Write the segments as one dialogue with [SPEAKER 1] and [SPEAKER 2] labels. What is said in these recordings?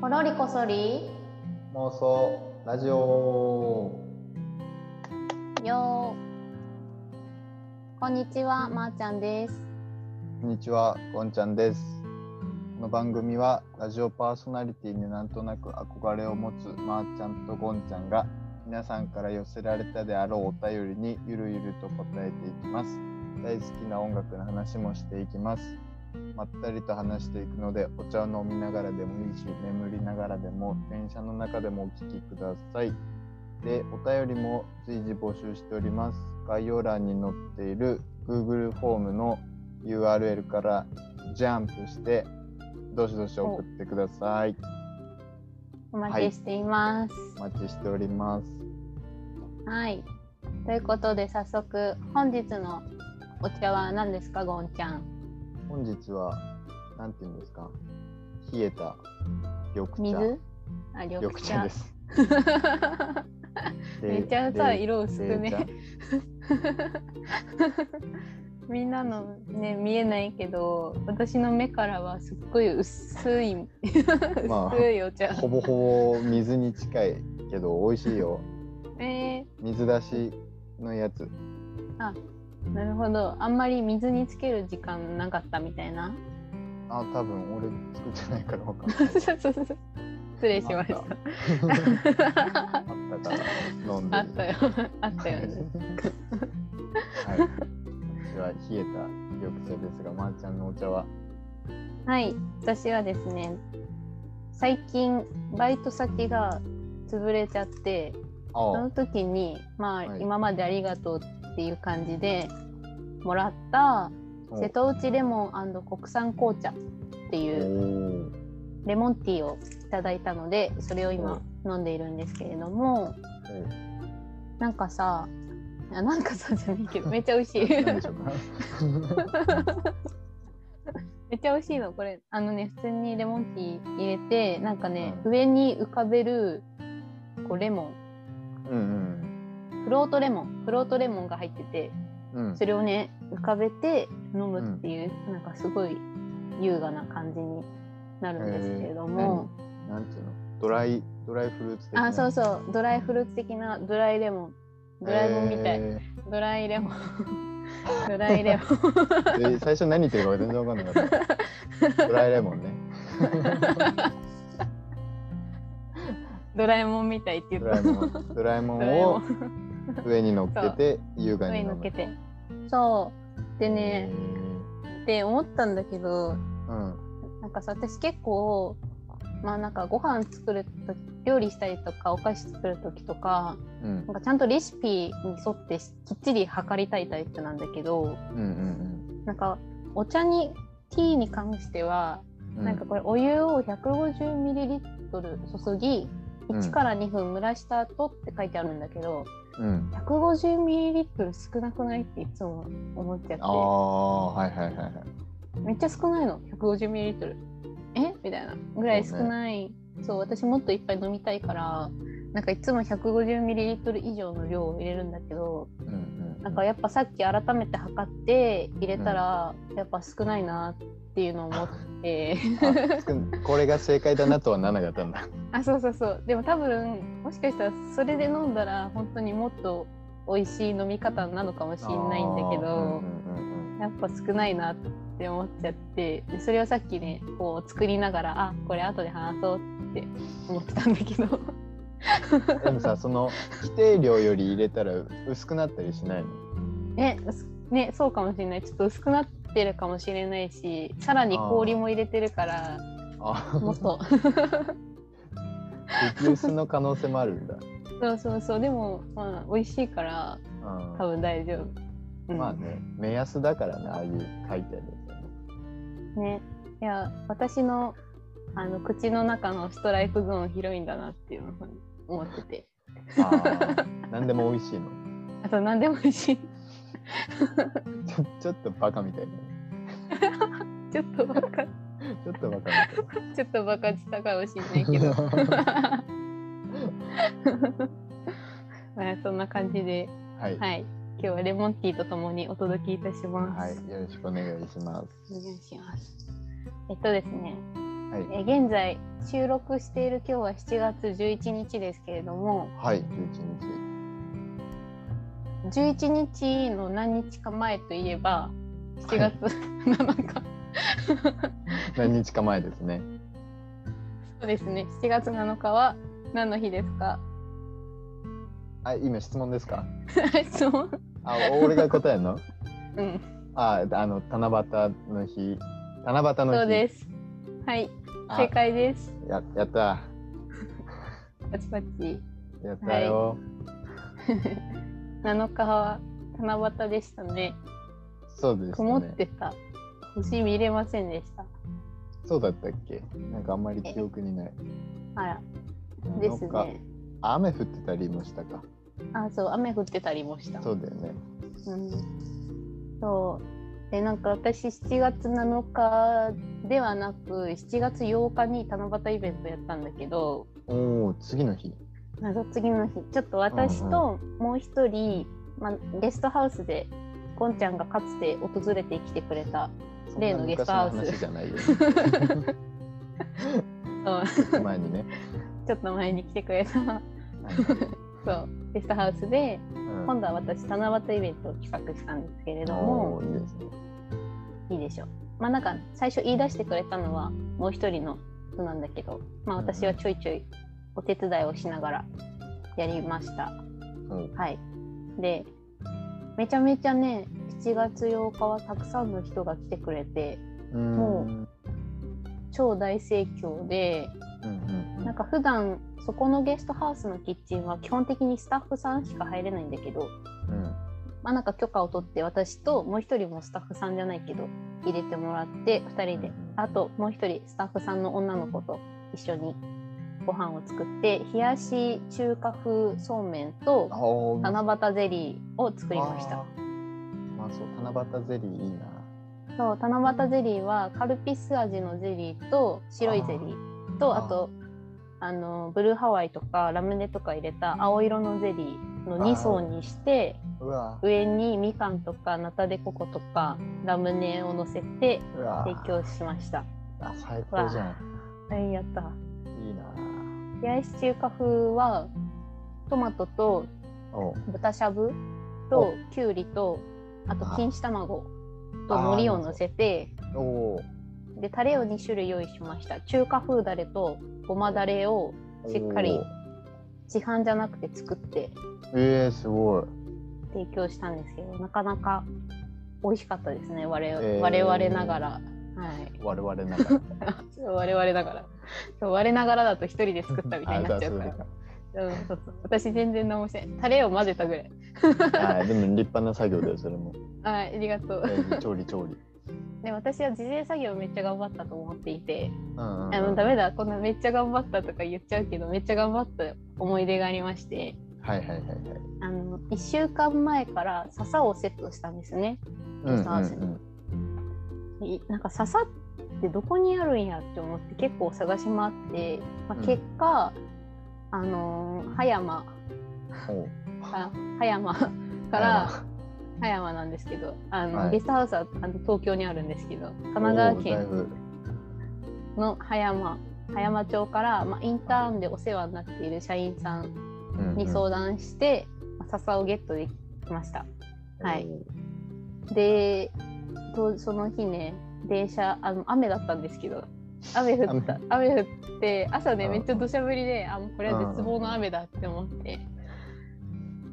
[SPEAKER 1] ころりこそり
[SPEAKER 2] 妄想ラジオ
[SPEAKER 1] よーこんにちはまー、ちゃんです
[SPEAKER 2] こんにちはゴンちゃんですこの番組はラジオパーソナリティになんとなく憧れを持つまーちゃんとゴンちゃんが皆さんから寄せられたであろうお便りにゆるゆると答えていきます大好きな音楽の話もしていきますまったりと話していくのでお茶を飲みながらでもいいし眠りながらでも電車の中でもお聞きくださいでお便りも随時募集しております概要欄に載っている Google フォームの URL からジャンプしてどしどし送ってください
[SPEAKER 1] お待ちしています
[SPEAKER 2] お待ちしております
[SPEAKER 1] はい、ということで早速本日のお茶は何ですかゴンちゃん
[SPEAKER 2] 本日は何て言うんですか冷えた緑茶
[SPEAKER 1] 水あ緑茶
[SPEAKER 2] 緑茶です
[SPEAKER 1] めっちゃさ
[SPEAKER 2] で
[SPEAKER 1] 色薄く
[SPEAKER 2] 冷茶
[SPEAKER 1] ねみんなのね見えないけど私の目からはすっごい薄い
[SPEAKER 2] まあ
[SPEAKER 1] 薄いお茶、
[SPEAKER 2] ほぼほぼ水に近いけど美味しいよ
[SPEAKER 1] え
[SPEAKER 2] 水出しのやつ
[SPEAKER 1] ー、なるほどあんまり水につける時間なかったみたいな
[SPEAKER 2] あ多分俺作ってないからわかんない
[SPEAKER 1] そうそうそう失礼しました
[SPEAKER 2] あったから飲んで
[SPEAKER 1] あったよあった よね
[SPEAKER 2] はいこちら冷えた緑茶ですがまー、ちゃんのお茶は
[SPEAKER 1] はい、私はですね、最近バイト先が潰れちゃって、
[SPEAKER 2] あ
[SPEAKER 1] その時に、まあ、
[SPEAKER 2] はい
[SPEAKER 1] 今までありがとうっていう感じでもらった瀬戸内レモン国産紅茶って
[SPEAKER 2] お
[SPEAKER 1] いう
[SPEAKER 2] ー
[SPEAKER 1] レモンティーをいただいたので、それを今飲んでいるんですけれども、なんかさ、あなんかさじゃないけど、めっちゃ美味しい。
[SPEAKER 2] お何でしょうか
[SPEAKER 1] めっちゃ美味しいのこれあのね普通にレモンティー入れてなんかね、
[SPEAKER 2] う
[SPEAKER 1] 上に浮かべるこうレモ
[SPEAKER 2] うん
[SPEAKER 1] ンフロートレモンフロートレモンが入ってて
[SPEAKER 2] うんうん
[SPEAKER 1] それをね浮かべて飲むっていう、なんかすごい優雅な感じになるんですけれども、
[SPEAKER 2] なんていうのドライドライフルーツ的な
[SPEAKER 1] あそうそうドライフルーツ的なドライレモンドラえもんみたい、
[SPEAKER 2] え
[SPEAKER 1] ドライレモン ドライレモン
[SPEAKER 2] ーえー最初何言ってるか全然わかんなか ったドライレモンね
[SPEAKER 1] ドラえもんみたいって言
[SPEAKER 2] ド
[SPEAKER 1] っ
[SPEAKER 2] ラ
[SPEAKER 1] た
[SPEAKER 2] えもんドラえも
[SPEAKER 1] ドラえ
[SPEAKER 2] ん
[SPEAKER 1] も
[SPEAKER 2] を
[SPEAKER 1] ん
[SPEAKER 2] 上に乗っけて優雅
[SPEAKER 1] 上
[SPEAKER 2] に
[SPEAKER 1] に
[SPEAKER 2] 飲む
[SPEAKER 1] 乗っけてそうでね、って思ったんだけど
[SPEAKER 2] えーうん
[SPEAKER 1] なんかさ私結構まあなんかご飯作ると料理したりとかお菓子作る時とか
[SPEAKER 2] うん
[SPEAKER 1] なんかちゃんとレシピに沿ってきっちり測りたいタイプなんだけど
[SPEAKER 2] うんうん
[SPEAKER 1] なんかお茶にティーに関しては、
[SPEAKER 2] うん
[SPEAKER 1] なんかこれお湯を 150ml 注ぎ
[SPEAKER 2] うん
[SPEAKER 1] 1から2分蒸らした後って書いてあるんだけど、
[SPEAKER 2] うん、
[SPEAKER 1] 150ml 少なくないっていつも思っちゃって
[SPEAKER 2] ああはいはいはいはい
[SPEAKER 1] めっちゃ少ないの 150ml えみたいなぐらい少ないそう,、私もっといっぱい飲みたいからなんかいつも 150ml 以上の量を入れるんだけど
[SPEAKER 2] うんうんうん
[SPEAKER 1] なんかやっぱさっき改めて測って入れたら、やっぱ少ないなっていうのを思って
[SPEAKER 2] あつくこれが正解だなとはならなかったんだ
[SPEAKER 1] あそうそうそうでも多分もしかしたらそれで飲んだら本当にもっと美味しい飲み方なのかもしれないんだけど。
[SPEAKER 2] あーうんうん
[SPEAKER 1] やっぱ少ないなって思っちゃってでそれをさっきねこう作りながらあこれ後で話そうって思ってたんだけど
[SPEAKER 2] うんでもさその規定量より入れたら薄くなったりしないの
[SPEAKER 1] ねすねそうかもしれないちょっと薄くなってるかもしれないしさらに氷も入れてるから
[SPEAKER 2] あ
[SPEAKER 1] もっと
[SPEAKER 2] リスの可能性もあるんだ、
[SPEAKER 1] そうそうそうでもまあ美味しいから
[SPEAKER 2] うん
[SPEAKER 1] 多分大丈夫、うん
[SPEAKER 2] まあね目安だからねああいう書いてあるやつはね
[SPEAKER 1] ねいや私のあの口の中のストライクゾーン広いんだなっていうのを思ってて
[SPEAKER 2] あ ー何でも美味しいの
[SPEAKER 1] あと何でも美味しい
[SPEAKER 2] ちょちょっとバカみたいな
[SPEAKER 1] ちょっとわかんない
[SPEAKER 2] ちょっとバカみ
[SPEAKER 1] ちょっとバカしたかもしれないけ ど。
[SPEAKER 2] たいな
[SPEAKER 1] まあそんな感じで、
[SPEAKER 2] はい、は
[SPEAKER 1] はい、今日はレモンティーとともにお届けいたします。
[SPEAKER 2] い、よろしくお願いし
[SPEAKER 1] お願い
[SPEAKER 2] ます
[SPEAKER 1] します。えっとですね、
[SPEAKER 2] はい。
[SPEAKER 1] えー現在収録している今日は7月11日ですけれども
[SPEAKER 2] はい、11日。
[SPEAKER 1] 11日の何日か前といえば7
[SPEAKER 2] はい
[SPEAKER 1] 月7日、
[SPEAKER 2] 何日か前ですね。
[SPEAKER 1] そうですね7月7日は何の日ですか
[SPEAKER 2] あ、今質問ですか
[SPEAKER 1] 質問
[SPEAKER 2] あ、俺が答えるの
[SPEAKER 1] うん
[SPEAKER 2] あ、あの、七夕の日。七夕の日。
[SPEAKER 1] そうですはい
[SPEAKER 2] あ
[SPEAKER 1] 正解です
[SPEAKER 2] ややった
[SPEAKER 1] パチパチ
[SPEAKER 2] ー。やったよ、
[SPEAKER 1] 7日は七夕でしたね
[SPEAKER 2] そうですね。
[SPEAKER 1] 曇ってた星見れませんでした
[SPEAKER 2] そうだったっけなんかあんまり記憶にない。
[SPEAKER 1] あら
[SPEAKER 2] なん
[SPEAKER 1] です
[SPEAKER 2] か
[SPEAKER 1] ね
[SPEAKER 2] 雨降ってたりもしたか。
[SPEAKER 1] あそう雨降ってたりもした
[SPEAKER 2] そうだよね。
[SPEAKER 1] うん、そうでなんか私7月7日ではなく7月8日に七夕イベントやったんだけど
[SPEAKER 2] おお、次の日。
[SPEAKER 1] 謎次の日ちょっと私ともう一人、まあ、ゲストハウスでこんちゃんがかつて訪れてきてくれた例のゲストハウス
[SPEAKER 2] そんな昔の話じゃないよ、
[SPEAKER 1] そう
[SPEAKER 2] ね。前にね。
[SPEAKER 1] ちょっと前に来てくれた そうゲストハウスで
[SPEAKER 2] 今
[SPEAKER 1] 今度は私七夕イベントを企画したんですけれども
[SPEAKER 2] おーいいですね。
[SPEAKER 1] いいでしょう。まあなんか最初言い出してくれたのはもう一人の人なんだけど、まあ
[SPEAKER 2] うんうん
[SPEAKER 1] 私はちょいちょいお手伝いをしながらやりました。
[SPEAKER 2] うん
[SPEAKER 1] はい。で、めちゃめちゃね、7月8日はたくさんの人が来てくれて、もう
[SPEAKER 2] うん
[SPEAKER 1] 超大盛況で、
[SPEAKER 2] うんうん
[SPEAKER 1] なんか普段そこのゲストハウスのキッチンは基本的にスタッフさんしか入れないんだけど、
[SPEAKER 2] うん
[SPEAKER 1] まあなんか許可を取って私ともう一人もスタッフさんじゃないけど入れてもらって2人
[SPEAKER 2] う
[SPEAKER 1] で
[SPEAKER 2] んうん
[SPEAKER 1] あともう一人スタッフさんの女の子と一緒にご飯を作って冷やし中華風そうめんと
[SPEAKER 2] あおー
[SPEAKER 1] 七夕ゼリーを作りまし
[SPEAKER 2] あ
[SPEAKER 1] た
[SPEAKER 2] ーまあそう七夕ゼリーいいな。
[SPEAKER 1] そう七夕ゼリーはカルピス味のゼリーと白いゼリーと
[SPEAKER 2] あー
[SPEAKER 1] あとあのブルーハワイとかラムネとか入れた青色のゼリーの2層にして
[SPEAKER 2] うわ
[SPEAKER 1] 上にみかんとかナタデココとかラムネを乗せて
[SPEAKER 2] うわ
[SPEAKER 1] 提供しました。
[SPEAKER 2] あ最高じゃ
[SPEAKER 1] はい、やった。
[SPEAKER 2] ん。いいな。
[SPEAKER 1] 冷やし中華風はトマトと
[SPEAKER 2] お
[SPEAKER 1] 豚しゃぶときゅうりとあと
[SPEAKER 2] あ
[SPEAKER 1] 錦糸卵と
[SPEAKER 2] あー
[SPEAKER 1] 海苔を乗せて
[SPEAKER 2] おー
[SPEAKER 1] でタレを2種類用意しました。中華風だれとごまだれをしっかり
[SPEAKER 2] おー
[SPEAKER 1] 市販じゃなくて作って
[SPEAKER 2] えー、すごい。
[SPEAKER 1] 提供したんですけどなかなか美味しかったですね我,、
[SPEAKER 2] えー
[SPEAKER 1] 我々ながら。はい
[SPEAKER 2] 我々ながら。
[SPEAKER 1] 我々だからそう我ながらだと一人で作った みたいになっちゃうか
[SPEAKER 2] あーそう
[SPEAKER 1] ら、うん、そうそう私全然何もしてないタレを混ぜたぐらい
[SPEAKER 2] そうか はい、でも立派な作業だよ、それも。
[SPEAKER 1] はいありがとう
[SPEAKER 2] 大事調理調理。
[SPEAKER 1] で私は事前作業めっちゃ頑張ったと思っていて、
[SPEAKER 2] うんうん
[SPEAKER 1] あ
[SPEAKER 2] う
[SPEAKER 1] の
[SPEAKER 2] ん
[SPEAKER 1] ダメだこんなめっちゃ頑張ったとか言っちゃうけどめっちゃ頑張った思い出がありまして
[SPEAKER 2] はいはいはいはい。
[SPEAKER 1] あの1週間前から笹をセットしたんですね
[SPEAKER 2] うんうん
[SPEAKER 1] そうそういなんか笹ってどこにあるんやって思って結構探し回って、まあ
[SPEAKER 2] うん
[SPEAKER 1] 結果、あのー葉山
[SPEAKER 2] うんおう
[SPEAKER 1] あ葉山から葉山なんですけどあの、
[SPEAKER 2] はい
[SPEAKER 1] ゲストハウスはあの東京にあるんですけど神奈川
[SPEAKER 2] おうだい
[SPEAKER 1] 県
[SPEAKER 2] ぶ
[SPEAKER 1] の葉山葉山町から、まあ、インターンでお世話になっている社員さん
[SPEAKER 2] うんうん
[SPEAKER 1] に相談して、まあ笹をゲットできました。はいでとその日ね電車あの雨だったんですけど雨降った雨降って朝ね
[SPEAKER 2] うん
[SPEAKER 1] めっちゃ土砂降りであもうこれは絶望の雨だって思って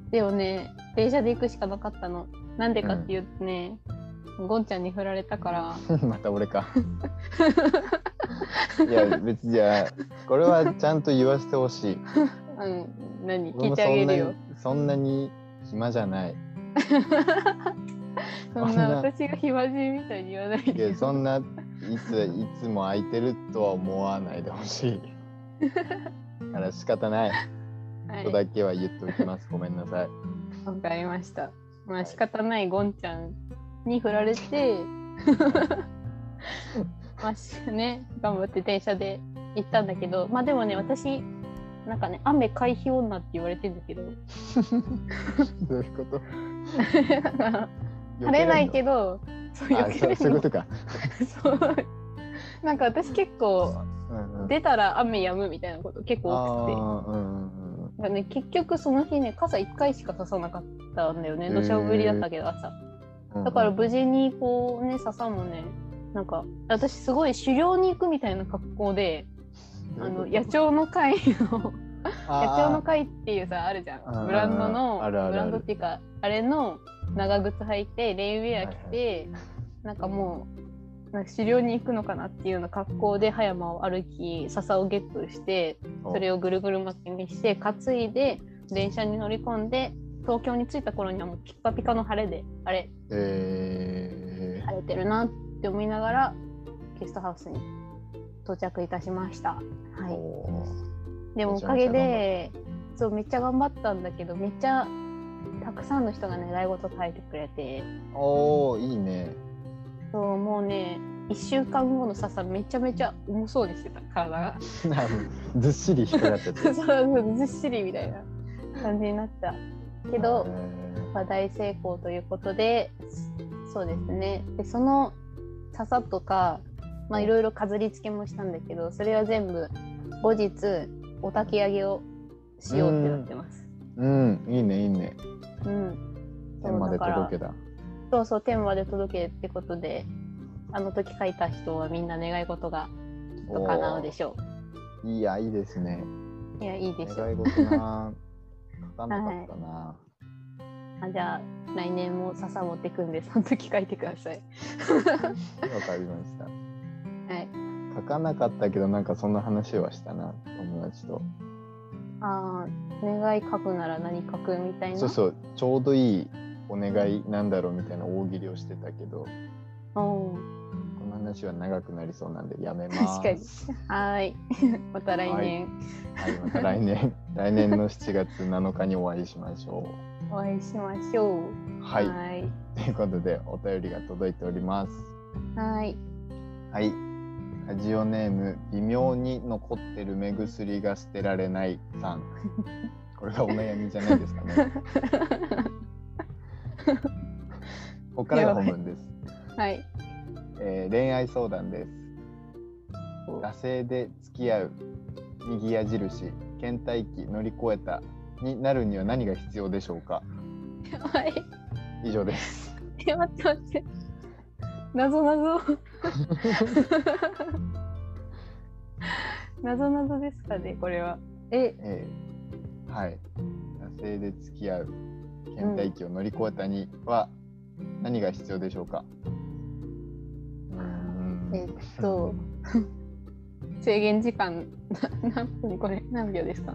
[SPEAKER 1] でもね電車で行くしかなかったのなんでかっていうとね、ゴンちゃんに振られたから
[SPEAKER 2] おう また 俺か。いや、別にじゃあ、これはちゃんと言わせてほしい。
[SPEAKER 1] うん何
[SPEAKER 2] 俺
[SPEAKER 1] 聞い
[SPEAKER 2] も
[SPEAKER 1] てあ
[SPEAKER 2] そ
[SPEAKER 1] げ
[SPEAKER 2] んな
[SPEAKER 1] る
[SPEAKER 2] に
[SPEAKER 1] よ
[SPEAKER 2] そんなに暇じゃない。
[SPEAKER 1] そんな私が暇人みたいに言わない
[SPEAKER 2] い
[SPEAKER 1] で
[SPEAKER 2] や、そんないついつも空いてるとは思わないでほしい。 だから仕方ない
[SPEAKER 1] はい
[SPEAKER 2] ことだけは言っておきます。ごめんな さい。
[SPEAKER 1] わかりました。ま
[SPEAKER 2] はい
[SPEAKER 1] あ仕方ないゴンちゃんに振られて、 まあしね、頑張って電車で行ったんだけど、まあでもね、私、なんかね、雨回避女って言われてんだ けど、
[SPEAKER 2] どういうこと
[SPEAKER 1] 晴れないけど、そう、
[SPEAKER 2] あ
[SPEAKER 1] 避け
[SPEAKER 2] そ
[SPEAKER 1] れ
[SPEAKER 2] うそういう
[SPEAKER 1] る
[SPEAKER 2] こ
[SPEAKER 1] の。
[SPEAKER 2] とか。
[SPEAKER 1] そうなんか私結構出たら雨止むみたいなこと結構多くて。
[SPEAKER 2] あーうんうん
[SPEAKER 1] だからね、結局その日ね傘1回しかささなかったんだよね土砂降りだったけど朝、
[SPEAKER 2] うん
[SPEAKER 1] だから無事にこうね笹もねなんか私すごい狩猟に行くみたいな格好であの野鳥の会の
[SPEAKER 2] あ
[SPEAKER 1] 野
[SPEAKER 2] ー
[SPEAKER 1] 鳥の会っていうさあるじゃ
[SPEAKER 2] うん
[SPEAKER 1] んブランドの
[SPEAKER 2] あるあるある
[SPEAKER 1] ブランドっていうかあれの長靴履いてレインウェア着て、なんかもうなんか狩猟に行くのかなっていうような格好で葉山を歩き笹をゲットしてそれをぐるぐる巻きにして担いで電車に乗り込んで東京に着いた頃にはもうピッカピカの晴れであれ
[SPEAKER 2] え
[SPEAKER 1] 晴れてるなって思いながらゲストハウスに到着いたしました。
[SPEAKER 2] ー
[SPEAKER 1] は
[SPEAKER 2] お
[SPEAKER 1] い、でもおかげでそうめっちゃ頑張ったんだけどめっちゃたくさんの人が願い事書いてくれて
[SPEAKER 2] ーおーい いね
[SPEAKER 1] そうもうね1週間後の笹めちゃめちゃ重そうにしてた体が。
[SPEAKER 2] なんずっしり低くなっちゃっ
[SPEAKER 1] そう
[SPEAKER 2] て
[SPEAKER 1] そうずっしりみたいな感じになったけど。
[SPEAKER 2] え
[SPEAKER 1] まあ、大成功ということでそうですねでその笹とかまあいろいろ飾り付けもしたんだけどそれは全部後日お焚き上げをしようってなってます。
[SPEAKER 2] ーうんいいねいいね
[SPEAKER 1] うん、そう
[SPEAKER 2] 天まで
[SPEAKER 1] だから
[SPEAKER 2] 届けだ
[SPEAKER 1] そうそう天まで届けってことであの時書いた人はみんな願い事がきっと叶うでしょ
[SPEAKER 2] いやいいですね
[SPEAKER 1] う。いやいいでしょ
[SPEAKER 2] 願
[SPEAKER 1] う
[SPEAKER 2] い事 な書かなかったな、
[SPEAKER 1] あじゃあ来年も笹持ってくんでその時書いてください。
[SPEAKER 2] わかりました
[SPEAKER 1] はい、
[SPEAKER 2] 書かなかったけどなんかそんな話はしたな友達と
[SPEAKER 1] あー願い書くなら何書くみたいな。
[SPEAKER 2] そうそうちょうどいいお願いなんだろうみたいな大喜利をしてたけど
[SPEAKER 1] うん
[SPEAKER 2] この話は長くなりそうなんでやめます
[SPEAKER 1] 確かに。はーい。 また来年
[SPEAKER 2] はい、また 来年来年の7月7日にお会いしましょ
[SPEAKER 1] お会いしましょう。
[SPEAKER 2] うはい
[SPEAKER 1] ーい。
[SPEAKER 2] ということでお便りが届いております
[SPEAKER 1] はーい。
[SPEAKER 2] はいラジオネーム微妙に残ってる目薬が捨てられないさんこれがお悩みじゃないですかね ここからが本文です
[SPEAKER 1] はい。
[SPEAKER 2] えー恋愛相談です
[SPEAKER 1] お
[SPEAKER 2] 惰性で付き合う右矢印倦怠期乗り越えたになるには何が必要でしょうか
[SPEAKER 1] はい。
[SPEAKER 2] 以上です
[SPEAKER 1] え、待って待って。なぞな ぞ。なぞなぞですかね、これは。え、
[SPEAKER 2] えーはい惰性で付き合う倦怠期を乗り越えたには何が必要でしょうか、うーん
[SPEAKER 1] えっと。制限時間。な 何分、これ、何秒ですか。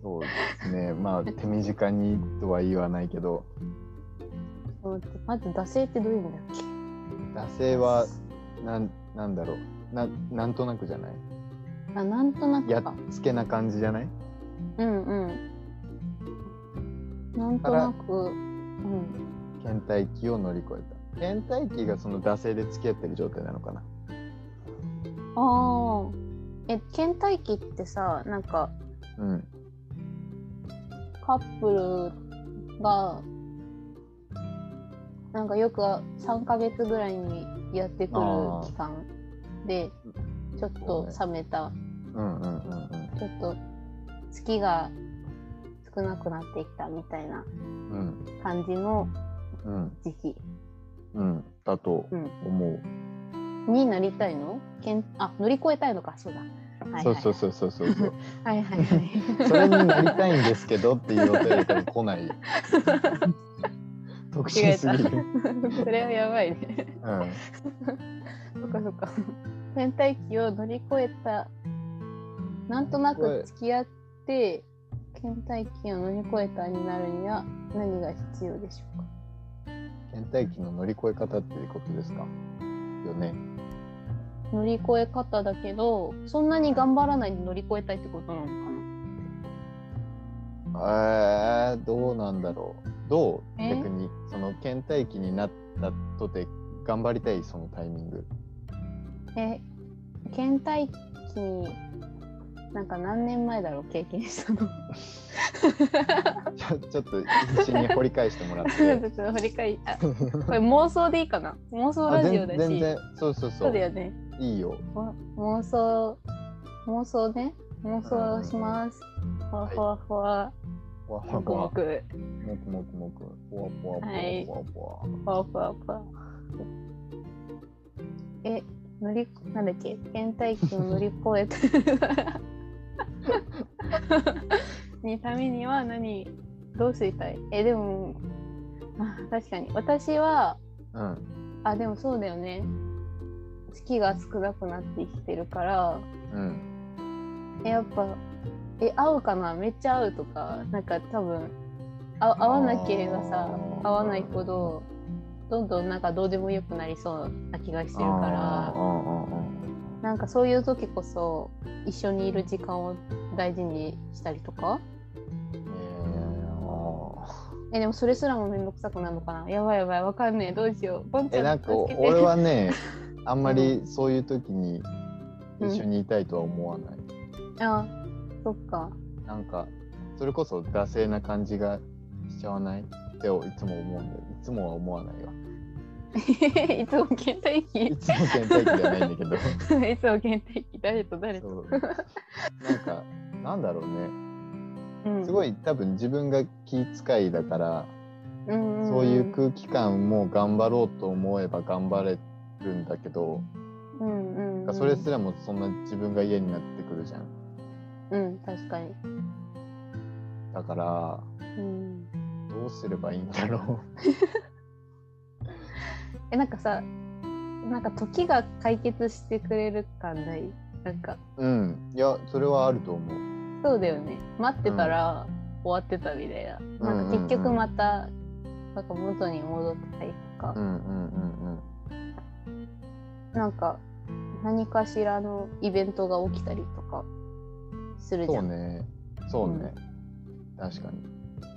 [SPEAKER 2] そうですねまあ手短にとは言わないけど
[SPEAKER 1] 待ってまず惰性ってどういう意味だっけ。
[SPEAKER 2] 惰性はなんなんだろうななんとなくじゃない
[SPEAKER 1] あ、なんとな
[SPEAKER 2] や
[SPEAKER 1] く
[SPEAKER 2] っ
[SPEAKER 1] か。
[SPEAKER 2] つけな感じじゃない
[SPEAKER 1] うんうん。なんとなく、うん。
[SPEAKER 2] 倦怠期を乗り越えた倦怠期がその惰性で付き合ってる状態なのかな
[SPEAKER 1] ああ。え、倦怠期ってさ、なんか
[SPEAKER 2] うん
[SPEAKER 1] カップルが、なんかよく3ヶ月ぐらいにやってくる
[SPEAKER 2] あー
[SPEAKER 1] 期間で、ちょっと冷めた、
[SPEAKER 2] うんうんうん
[SPEAKER 1] ちょっと月が少なくなってきたみたいな
[SPEAKER 2] うん
[SPEAKER 1] 感じの
[SPEAKER 2] うん
[SPEAKER 1] 時期
[SPEAKER 2] うんうんだと思う、
[SPEAKER 1] になりたいのけんあ、乗り越えたいのか、そうだ。はいはい
[SPEAKER 2] そうそうそうそうそうそう
[SPEAKER 1] はいはいはい。
[SPEAKER 2] それになりたいんですけどっていうお便りが多分 来ない特
[SPEAKER 1] 間違
[SPEAKER 2] 殊
[SPEAKER 1] え
[SPEAKER 2] す
[SPEAKER 1] た。
[SPEAKER 2] ぎる、
[SPEAKER 1] それはやばいね。
[SPEAKER 2] うん、
[SPEAKER 1] そっかそっか。 倦怠期を乗り越えた。なんとなく付き合って、倦怠期を乗り越えたになるには何が必要でしょうか。
[SPEAKER 2] 倦怠期の乗り越え方っていうことですかよね
[SPEAKER 1] 乗り越え方だけど、そんなに頑張らないで乗り越えたいってことなのかな。
[SPEAKER 2] えー、どうなんだろうどう
[SPEAKER 1] え
[SPEAKER 2] 逆にその倦怠期になったとて頑張りたいそのタイミング
[SPEAKER 1] え、倦怠期に、なんか何年前だろう、経験した の。
[SPEAKER 2] ちょちょっと一緒に掘り返してもらっ
[SPEAKER 1] ちょ
[SPEAKER 2] て
[SPEAKER 1] っと振り返り、あ、これ妄想でいいかな。妄想ラジオだし。
[SPEAKER 2] 全然全然そうそうそう
[SPEAKER 1] そうだよね。
[SPEAKER 2] いいよ。
[SPEAKER 1] わ妄想妄想ね妄想します。ほわほわほわ
[SPEAKER 2] わ
[SPEAKER 1] もくも
[SPEAKER 2] もく
[SPEAKER 1] く
[SPEAKER 2] もくもくもく。ぽわぽわぽわ
[SPEAKER 1] はい
[SPEAKER 2] ぽわぽわ。
[SPEAKER 1] ほわほわほわ。え乗りなんだっけ倦怠期を乗り 越えたにためには何どうしていたいえでもあ確かに私は
[SPEAKER 2] うん
[SPEAKER 1] あでもそうだよね月が少なくなって生きてるから
[SPEAKER 2] うん
[SPEAKER 1] えやっぱえ合うかなめっちゃ合うとかなんか多分あ合わなければさ
[SPEAKER 2] あー
[SPEAKER 1] 合わないほどどんどんなんかどうでもよくなりそうな気がしてるか
[SPEAKER 2] あーうんうんうん
[SPEAKER 1] らなんかそういう時こそ一緒にいる時間を大事にしたりとかえでもそれすらも面倒くさくなるのかなやばいやばいわかんねえどうしようボンち
[SPEAKER 2] え
[SPEAKER 1] ゃ
[SPEAKER 2] なんんか
[SPEAKER 1] 助けて
[SPEAKER 2] 俺はねあんまりそういう時に一緒にいたいとは思わない、
[SPEAKER 1] あそっか
[SPEAKER 2] なんかそれこそ惰性な感じがしちゃわないっていつも思うんだよいつもは思わないわ
[SPEAKER 1] いつも倦怠期
[SPEAKER 2] い
[SPEAKER 1] い
[SPEAKER 2] つも倦怠期じゃないんだけど
[SPEAKER 1] つも倦怠期誰と誰
[SPEAKER 2] そ
[SPEAKER 1] と
[SPEAKER 2] うなんかなんだろうね
[SPEAKER 1] うん
[SPEAKER 2] すごい多分自分が気遣いだから、
[SPEAKER 1] うんんん
[SPEAKER 2] そういう空気感も頑張ろうと思えば頑張れるんだけど、
[SPEAKER 1] うんうんうん
[SPEAKER 2] それすらもそんな自分が嫌になってくるじゃん
[SPEAKER 1] うん確かに、
[SPEAKER 2] だから
[SPEAKER 1] うん、
[SPEAKER 2] どうすればいいんだろ
[SPEAKER 1] えなんかさなんか時が解決してくれる感ないなんか
[SPEAKER 2] ううんいやそれはあると思う
[SPEAKER 1] そうだよね待ってたら終わってたみたいな,、なんか結
[SPEAKER 2] うんうん
[SPEAKER 1] 局
[SPEAKER 2] うん
[SPEAKER 1] またなんか元に戻ってたりとか
[SPEAKER 2] う、んうんうん
[SPEAKER 1] なんか何かしらのイベントが起きたりとかす
[SPEAKER 2] う
[SPEAKER 1] る
[SPEAKER 2] ん
[SPEAKER 1] じ
[SPEAKER 2] そ
[SPEAKER 1] ゃ
[SPEAKER 2] うんねそうね、確か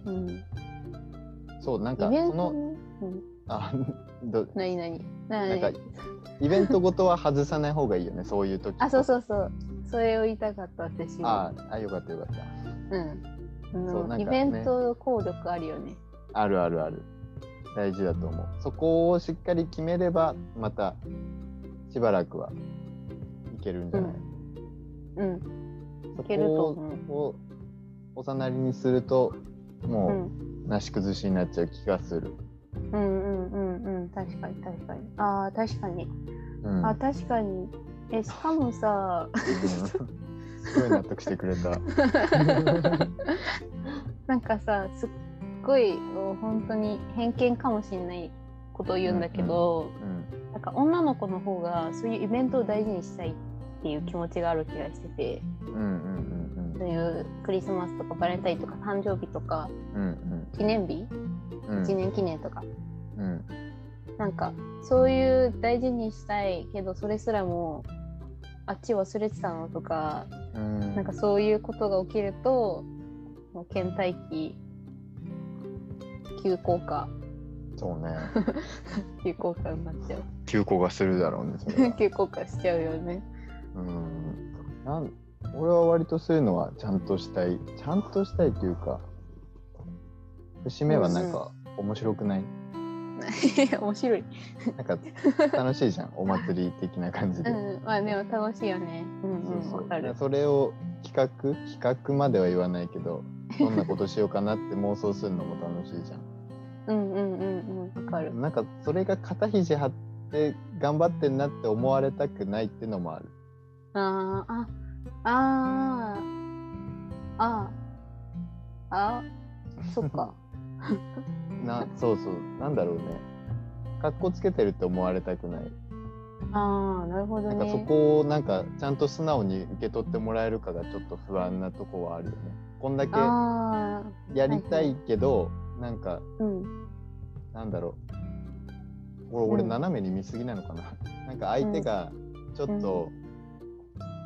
[SPEAKER 2] に
[SPEAKER 1] うん、
[SPEAKER 2] そうなんか
[SPEAKER 1] イベン
[SPEAKER 2] そ
[SPEAKER 1] ト
[SPEAKER 2] の
[SPEAKER 1] ね、うん、
[SPEAKER 2] あど
[SPEAKER 1] 何何何
[SPEAKER 2] なんかイベントごとは外さない方がいいよねそういう時
[SPEAKER 1] あそう
[SPEAKER 2] う
[SPEAKER 1] そうそうそれを言いたかった私は
[SPEAKER 2] ああよかったよかった
[SPEAKER 1] うんあ
[SPEAKER 2] そう
[SPEAKER 1] の
[SPEAKER 2] なんかね
[SPEAKER 1] イベントの効力あるよね
[SPEAKER 2] あるあるある。大事だと思う。そこをしっかり決めれば、またしばらくはいけるんじゃない、
[SPEAKER 1] うん
[SPEAKER 2] そ
[SPEAKER 1] いけると
[SPEAKER 2] こ
[SPEAKER 1] 思う。
[SPEAKER 2] をおさなりにすると、
[SPEAKER 1] う
[SPEAKER 2] も
[SPEAKER 1] ん、
[SPEAKER 2] うなし崩しになっちゃう気がする。
[SPEAKER 1] うんうんうんうん確かに確かにああ確かに、
[SPEAKER 2] う ん。う
[SPEAKER 1] あ
[SPEAKER 2] ん
[SPEAKER 1] 確かにえしかもさ
[SPEAKER 2] すごい納得してくれた。
[SPEAKER 1] なんかさすっごいもう本当に偏見かもしれないことを言うんだけど、
[SPEAKER 2] うん。
[SPEAKER 1] なんか女の子の方がそういうイベントを大事にしたいっていう気持ちがある気がしてて
[SPEAKER 2] うんうん
[SPEAKER 1] そういうクリスマスとかバレンタインとか誕生日とか
[SPEAKER 2] うんうん。うん
[SPEAKER 1] 記念日、
[SPEAKER 2] うん。
[SPEAKER 1] 記念記念とか
[SPEAKER 2] うん。
[SPEAKER 1] なんかそういう大事にしたいけどそれすらもあっち忘れてたのとか
[SPEAKER 2] うん。
[SPEAKER 1] なんかそういうことが起きるともう倦怠期急降下
[SPEAKER 2] そうね。
[SPEAKER 1] 急降下になっちゃう
[SPEAKER 2] 休校がするだろうね。それは
[SPEAKER 1] 急降下しちゃうよね
[SPEAKER 2] うんなん俺は割とそういうのはちゃんとしたいちゃんとしたいというか節目はなんか面白くない、
[SPEAKER 1] 面白い、
[SPEAKER 2] な んか楽しいじゃんお祭り的な感じ
[SPEAKER 1] う
[SPEAKER 2] で、
[SPEAKER 1] ん、まあでも楽しいよねうんうん
[SPEAKER 2] そう
[SPEAKER 1] わ
[SPEAKER 2] そう
[SPEAKER 1] かる
[SPEAKER 2] それを企画企画までは言わないけどどんなことしようかなって妄想するのも楽しいじゃ
[SPEAKER 1] うんうんうんうんわかる
[SPEAKER 2] んなんかそれが肩肘張って頑張ってんなって思われたくないってのもある
[SPEAKER 1] あーああーあああそっか
[SPEAKER 2] なそうそうなんだろうねかっこつけてるって思われたくない
[SPEAKER 1] ああなるほど
[SPEAKER 2] な
[SPEAKER 1] ね
[SPEAKER 2] んかそこをなんかちゃんと素直に受け取ってもらえるかがちょっと不安なとこはあるよね。こんだけ
[SPEAKER 1] ああ
[SPEAKER 2] やりたいけど、なんか
[SPEAKER 1] うん
[SPEAKER 2] なんだろうこれ俺
[SPEAKER 1] うん
[SPEAKER 2] 斜めに見すぎなのかな、 なんか相手がちょっと、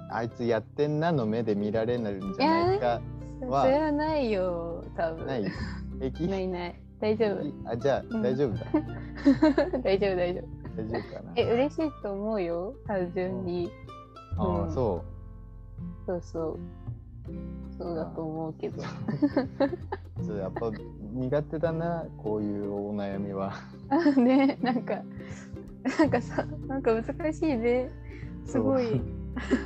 [SPEAKER 2] あいつやってんなの目で見られないんじゃないか、
[SPEAKER 1] そ
[SPEAKER 2] は
[SPEAKER 1] それはないよ多分
[SPEAKER 2] ない平気
[SPEAKER 1] ないない大丈夫
[SPEAKER 2] あじゃあ、
[SPEAKER 1] うん
[SPEAKER 2] 大丈夫だ
[SPEAKER 1] 大丈夫大丈夫
[SPEAKER 2] 大丈夫かな
[SPEAKER 1] え嬉しいと思うよ単純に
[SPEAKER 2] ああ、
[SPEAKER 1] うん
[SPEAKER 2] そ
[SPEAKER 1] そうそうそうだと思うけど
[SPEAKER 2] うそうやっぱ苦手だなこういうお悩みは。
[SPEAKER 1] あねなんかなんかさなんか難しいねすごい。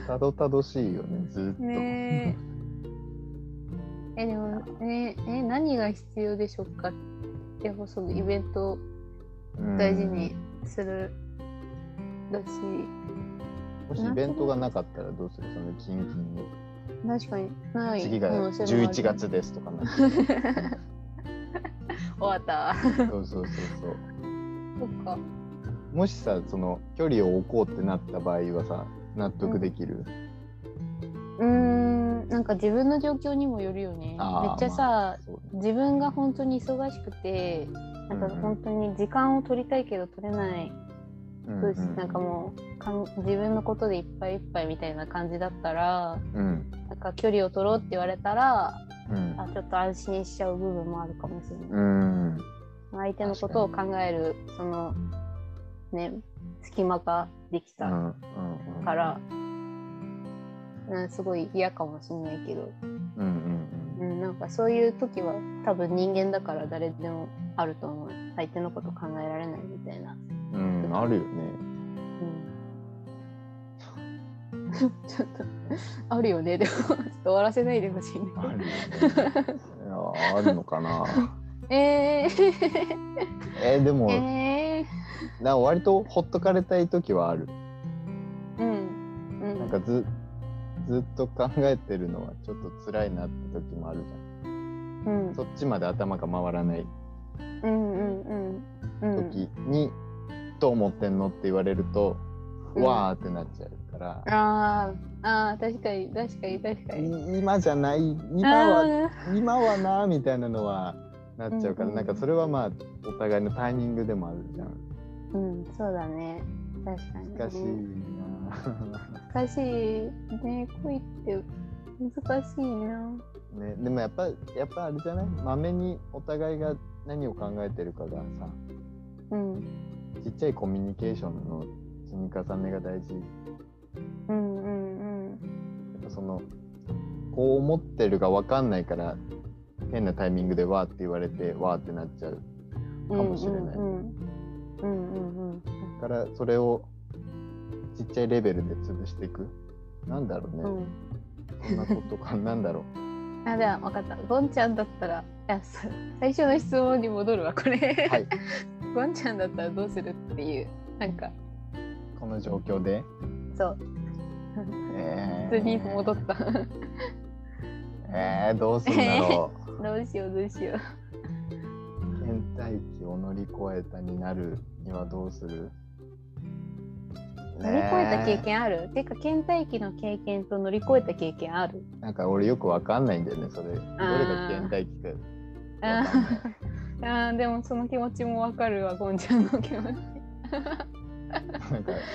[SPEAKER 2] たどたどしいよね、ずっと。
[SPEAKER 1] ねえ。え、でも、ねえ、何が必要でしょうかでもそのイベントを
[SPEAKER 2] うん
[SPEAKER 1] 大事にするだし、
[SPEAKER 2] もしイベントがなかったらどうするその近々に。
[SPEAKER 1] 確かにない。
[SPEAKER 2] 次が
[SPEAKER 1] うんそれもある
[SPEAKER 2] 11。月ですとかな。
[SPEAKER 1] 終わった。
[SPEAKER 2] そうそうそうそう。
[SPEAKER 1] そっか。
[SPEAKER 2] もしさ、その距離を置こうってなった場合はさ、納得できる。
[SPEAKER 1] うーん、なんか自分の状況にもよるよね。めっ
[SPEAKER 2] あー
[SPEAKER 1] ちゃさ、
[SPEAKER 2] まあそうね
[SPEAKER 1] 自分が本当に忙しくてなんか
[SPEAKER 2] うんうん
[SPEAKER 1] 本当に時間を取りたいけど取れない、
[SPEAKER 2] うん
[SPEAKER 1] そうですなんかもうかん自分のことでいっぱいいっぱいみたいな感じだったら
[SPEAKER 2] う。うん。
[SPEAKER 1] なんか距離を取ろうって言われたら
[SPEAKER 2] うん。
[SPEAKER 1] あちょっと安心しちゃう部分もあるかもしれない、
[SPEAKER 2] うん。
[SPEAKER 1] 相手のことを考えるそのね隙間ができ
[SPEAKER 2] う
[SPEAKER 1] た
[SPEAKER 2] んうんうん
[SPEAKER 1] から、うん、すごい嫌かもしれないけど、
[SPEAKER 2] うんうん
[SPEAKER 1] うん、なんかそういう時は多分人間だから誰でもあると思う相手のこと考えられないみたいな、
[SPEAKER 2] うんうんあるよね
[SPEAKER 1] うん、 ちょっと あるよねでもち ょっと終わらせないでほしいね
[SPEAKER 2] あるよね いやーあるのかな
[SPEAKER 1] え
[SPEAKER 2] えーでも、
[SPEAKER 1] ー、え
[SPEAKER 2] な割とほっとかれたい時はある
[SPEAKER 1] ー、うんうん
[SPEAKER 2] なんかずずっと考えてるのはちょっと辛いなって時もあるじ
[SPEAKER 1] うん
[SPEAKER 2] ゃんそっちまで頭が回らない
[SPEAKER 1] うんうんうんうん
[SPEAKER 2] 時に、どう思ってんのって言われると、
[SPEAKER 1] うん
[SPEAKER 2] わーってなっちゃうから、
[SPEAKER 1] あーあー確かに確かに確かに
[SPEAKER 2] い今じゃない今は
[SPEAKER 1] あ
[SPEAKER 2] 今はなみたいなのはなっちゃうから、
[SPEAKER 1] うんうん
[SPEAKER 2] なんかそれはまあお互いのタイミングでもあるじゃん
[SPEAKER 1] ーうんそうだね確かに
[SPEAKER 2] 難しいな
[SPEAKER 1] 難しいね恋って難しいな
[SPEAKER 2] ねでもやっぱやっぱあれじゃないまめにお互いが何を考えてるかがさ
[SPEAKER 1] うん
[SPEAKER 2] ちっちゃいコミュニケーションの積み重ねが大事や
[SPEAKER 1] うんうんうん
[SPEAKER 2] っぱそのこう思ってるが分かんないから変なタイミングでわーって言われてわーってなっちゃう
[SPEAKER 1] か
[SPEAKER 2] もしれない
[SPEAKER 1] うんうんうんうん
[SPEAKER 2] からそれをちっちゃいレベルで潰していくなんだろうね、
[SPEAKER 1] うん
[SPEAKER 2] そんなことかなんだろう
[SPEAKER 1] うんあじゃあ分かったゴンちゃんだったらいやさ最初の質問に戻るわこれ、
[SPEAKER 2] はい
[SPEAKER 1] ゴンちゃんだったらどうするっていうなんか
[SPEAKER 2] この状況で、
[SPEAKER 1] そう
[SPEAKER 2] え。
[SPEAKER 1] 普通に戻ったたど
[SPEAKER 2] えー、どうするんだ ろう。
[SPEAKER 1] うしようどうしよう
[SPEAKER 2] 倦怠期を乗り越えたになるにはどうする
[SPEAKER 1] 乗り越えた経
[SPEAKER 2] ね
[SPEAKER 1] 験ある、てか倦怠期の経験と乗り越えた経験ある
[SPEAKER 2] えなんか俺よくわかんないんだよね、それ。どれが倦怠期か。わ
[SPEAKER 1] あ
[SPEAKER 2] かんない
[SPEAKER 1] ーあーでもその気持ちもわかるわゴンちゃんの気持ち
[SPEAKER 2] なんか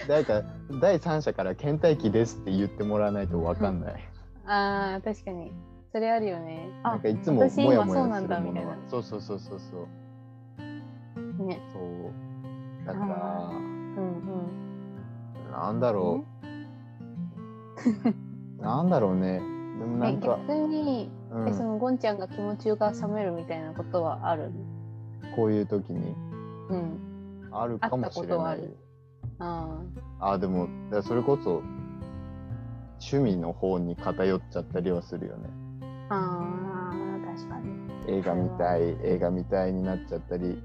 [SPEAKER 2] 誰か第三者から倦怠期ですって言ってもらわないとわかんない。
[SPEAKER 1] あー確かにそれあるよね
[SPEAKER 2] な
[SPEAKER 1] あ
[SPEAKER 2] んかいつも
[SPEAKER 1] 私今
[SPEAKER 2] モヤモ
[SPEAKER 1] そうな
[SPEAKER 2] ヤす
[SPEAKER 1] ん
[SPEAKER 2] る
[SPEAKER 1] だ
[SPEAKER 2] もの
[SPEAKER 1] みた
[SPEAKER 2] は
[SPEAKER 1] い。
[SPEAKER 2] そうそうそうそうそう。
[SPEAKER 1] ね
[SPEAKER 2] そう。だ
[SPEAKER 1] あ
[SPEAKER 2] か
[SPEAKER 1] うん
[SPEAKER 2] らなんだ
[SPEAKER 1] う
[SPEAKER 2] ろ
[SPEAKER 1] ん
[SPEAKER 2] う。なんだろうね。でもな
[SPEAKER 1] え
[SPEAKER 2] んか。
[SPEAKER 1] 逆に、
[SPEAKER 2] う
[SPEAKER 1] えそ
[SPEAKER 2] ん
[SPEAKER 1] のゴンちゃんが気持ちが冷めるみたいなことはある
[SPEAKER 2] こういう時に
[SPEAKER 1] うん
[SPEAKER 2] あるかもしれ
[SPEAKER 1] あったことは
[SPEAKER 2] な
[SPEAKER 1] あ
[SPEAKER 2] い
[SPEAKER 1] る。あ
[SPEAKER 2] あでもだからそれこそ趣味の方に偏っちゃったりはするよね。
[SPEAKER 1] ーあー確かに、
[SPEAKER 2] 映画見たい映画見たいになっちゃったり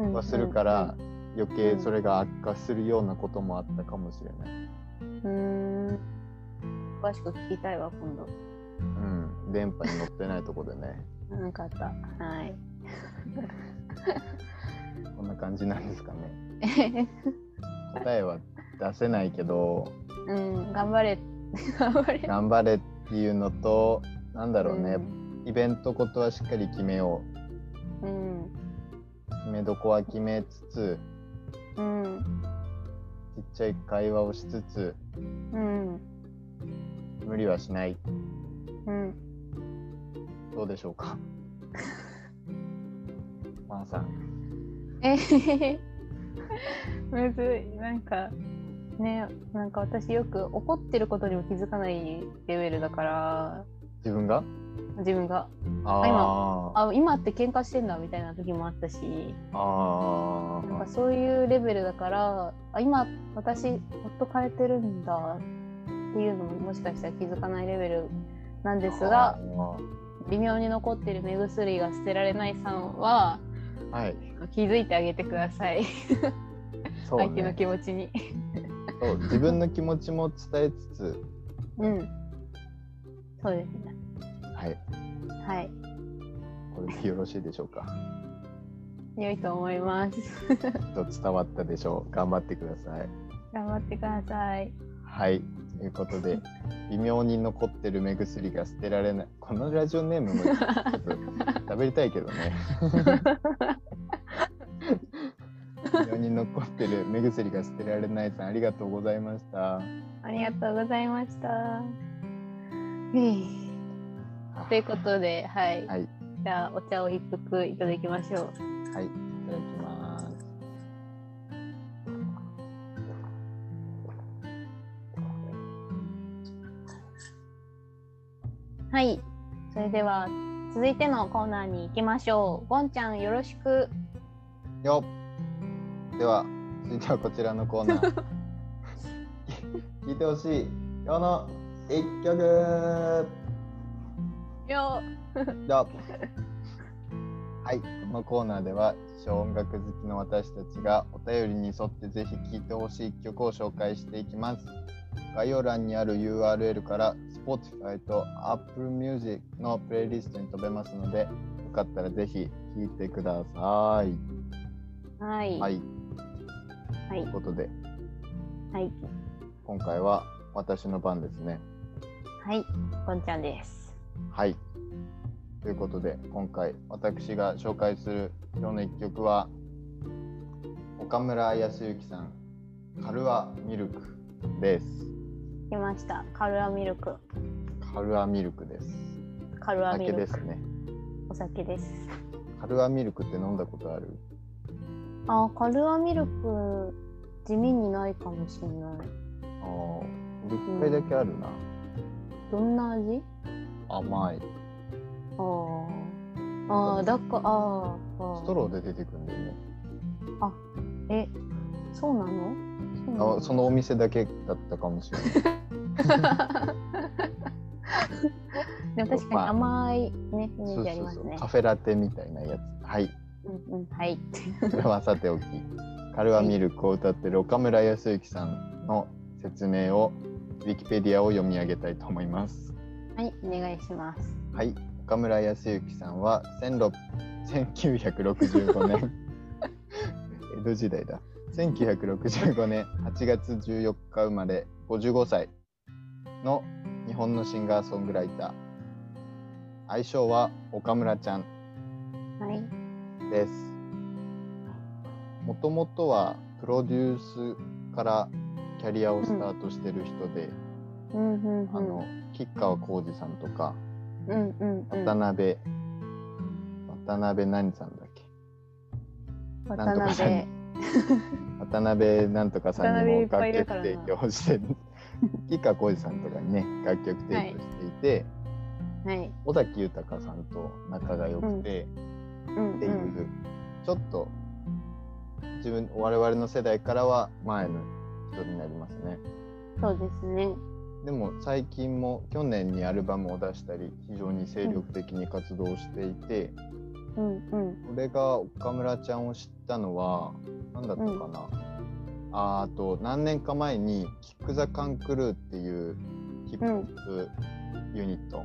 [SPEAKER 1] うん
[SPEAKER 2] はするから、余計それが悪化するようなこともあったかもしれない。
[SPEAKER 1] うんうーん詳しく聞きたいわ今度
[SPEAKER 2] うん、電波に乗ってないとこでね
[SPEAKER 1] なんかあったはい
[SPEAKER 2] こんな感じなんですかね。答えは出せないけど
[SPEAKER 1] うん、頑張れ。 頑張れ。
[SPEAKER 2] 頑張れっていうのとなんだろうね、
[SPEAKER 1] うん
[SPEAKER 2] イベントことはしっかり決めよう
[SPEAKER 1] うん。
[SPEAKER 2] 決めどこは決めつつ
[SPEAKER 1] うん。
[SPEAKER 2] ちっちゃい会話をしつつ
[SPEAKER 1] うん。
[SPEAKER 2] 無理はしない
[SPEAKER 1] うん。
[SPEAKER 2] どうでしょうか まーさん
[SPEAKER 1] え へへへむずい。なんか、ね、なんか私よく怒ってることにも気づかないレベルだから、
[SPEAKER 2] 自分が
[SPEAKER 1] 自分が
[SPEAKER 2] あー
[SPEAKER 1] あ今って喧嘩してんだみたいな時もあったし
[SPEAKER 2] あ
[SPEAKER 1] なんか
[SPEAKER 2] ー
[SPEAKER 1] そういうレベルだからあ今私夫変えてるんだっていうのももしかしたら気づかないレベルなんですが微妙に残ってる目薬が捨てられないさんは
[SPEAKER 2] はい
[SPEAKER 1] 気づいてあげてください、
[SPEAKER 2] そうね
[SPEAKER 1] 相手の気持ちに。
[SPEAKER 2] そう自分の気持ちも伝えつつ
[SPEAKER 1] うん。そうですね。
[SPEAKER 2] はい
[SPEAKER 1] はい。
[SPEAKER 2] これでよろしいでしょうか
[SPEAKER 1] 良いと思います。
[SPEAKER 2] ちょっと伝わったでしょう頑張ってください
[SPEAKER 1] 頑張ってください。
[SPEAKER 2] はいということで微妙に残ってる目薬が捨てられないこのラジオネームもちょっと喋りたいけどね微妙に残ってる目薬が捨てられないさんありがとうございました
[SPEAKER 1] ありがとうございました。ふいということで、はい。
[SPEAKER 2] はい
[SPEAKER 1] じゃあ、お茶を一服いただきましょう。
[SPEAKER 2] はい、いただきます。
[SPEAKER 1] はい。それでは、続いてのコーナーに行きましょう。ゴンちゃん、よろしく。
[SPEAKER 2] よっでは、続いてはこちらのコーナー。聞いてほしい今日の一曲
[SPEAKER 1] よ
[SPEAKER 2] よはい、このコーナーでは、自称音楽好きの私たちがお便りに沿ってぜひ聴いてほしい一曲を紹介していきます。概要欄にある URL から Spotify と Apple Music のプレイリストに飛べますので、よかったらぜひ聴いてください。
[SPEAKER 1] はい。
[SPEAKER 2] は
[SPEAKER 1] はい。
[SPEAKER 2] い、
[SPEAKER 1] は
[SPEAKER 2] とい
[SPEAKER 1] い。
[SPEAKER 2] うことで、
[SPEAKER 1] はい。
[SPEAKER 2] 今回は私の番ですね。
[SPEAKER 1] ゴンちゃんです。
[SPEAKER 2] はい。ということで、今回私が紹介する今日の一曲は、岡村康之さん、カルアミルクです。
[SPEAKER 1] 来ました。カルアミルク。
[SPEAKER 2] カルアミルクです。
[SPEAKER 1] カルアミ
[SPEAKER 2] 酒
[SPEAKER 1] ル
[SPEAKER 2] です
[SPEAKER 1] ク。
[SPEAKER 2] ね。
[SPEAKER 1] お酒です。
[SPEAKER 2] カルアミルクって飲んだことある
[SPEAKER 1] あカルアミルク地味にないかもしれない
[SPEAKER 2] ああ、俺一回だけあるな。
[SPEAKER 1] どんな味
[SPEAKER 2] 甘い。
[SPEAKER 1] ああああだかああ
[SPEAKER 2] ストローで出てくるんだよね。
[SPEAKER 1] ーえそうなのうな
[SPEAKER 2] あそのお店だけだったかもしれない。
[SPEAKER 1] でも確かに甘いねイメ
[SPEAKER 2] そ
[SPEAKER 1] ー
[SPEAKER 2] う
[SPEAKER 1] ジあり
[SPEAKER 2] そう
[SPEAKER 1] ます
[SPEAKER 2] そう。
[SPEAKER 1] ね
[SPEAKER 2] カフェラテみたいなやつ。はい。
[SPEAKER 1] うんうんはい
[SPEAKER 2] それはさておき、カルアミルクを歌ってる岡村康之さんの説明を、ウィキペディアを読み上げたいと思います。
[SPEAKER 1] はいお願いします
[SPEAKER 2] はい、岡村康之さんは16 1965年、 江戸時代だ。1965年8月14日生まれ、55歳の日本のシンガーソングライター。愛称は岡村ちゃん。
[SPEAKER 1] はい
[SPEAKER 2] です。もともとはプロデュースからキャリアをスタートしてる人で、
[SPEAKER 1] うんうんうん
[SPEAKER 2] あの吉川晃司さんとか
[SPEAKER 1] うんうんうん
[SPEAKER 2] 渡辺、渡辺何さんだっけなんと
[SPEAKER 1] 渡
[SPEAKER 2] かさん
[SPEAKER 1] 辺
[SPEAKER 2] 渡辺なんとかさんにも
[SPEAKER 1] 渡辺い
[SPEAKER 2] 楽
[SPEAKER 1] っぱいいる
[SPEAKER 2] 曲
[SPEAKER 1] からな
[SPEAKER 2] 提供して る吉川晃司さんとかにね楽曲提供していて、
[SPEAKER 1] はい
[SPEAKER 2] 尾崎豊さんと仲が良くて、
[SPEAKER 1] うん
[SPEAKER 2] っていう、
[SPEAKER 1] うん
[SPEAKER 2] ちょっと自分我々の世代からは前の人になりますね
[SPEAKER 1] そうですね
[SPEAKER 2] でも最近も去年にアルバムを出したり非常に精力的に活動していて、
[SPEAKER 1] うんうん
[SPEAKER 2] 俺が岡村ちゃんを知ったのは何だったかな、あーあと何年か前にキック・ザ・カンクルーっていうヒップホップユニット、
[SPEAKER 1] う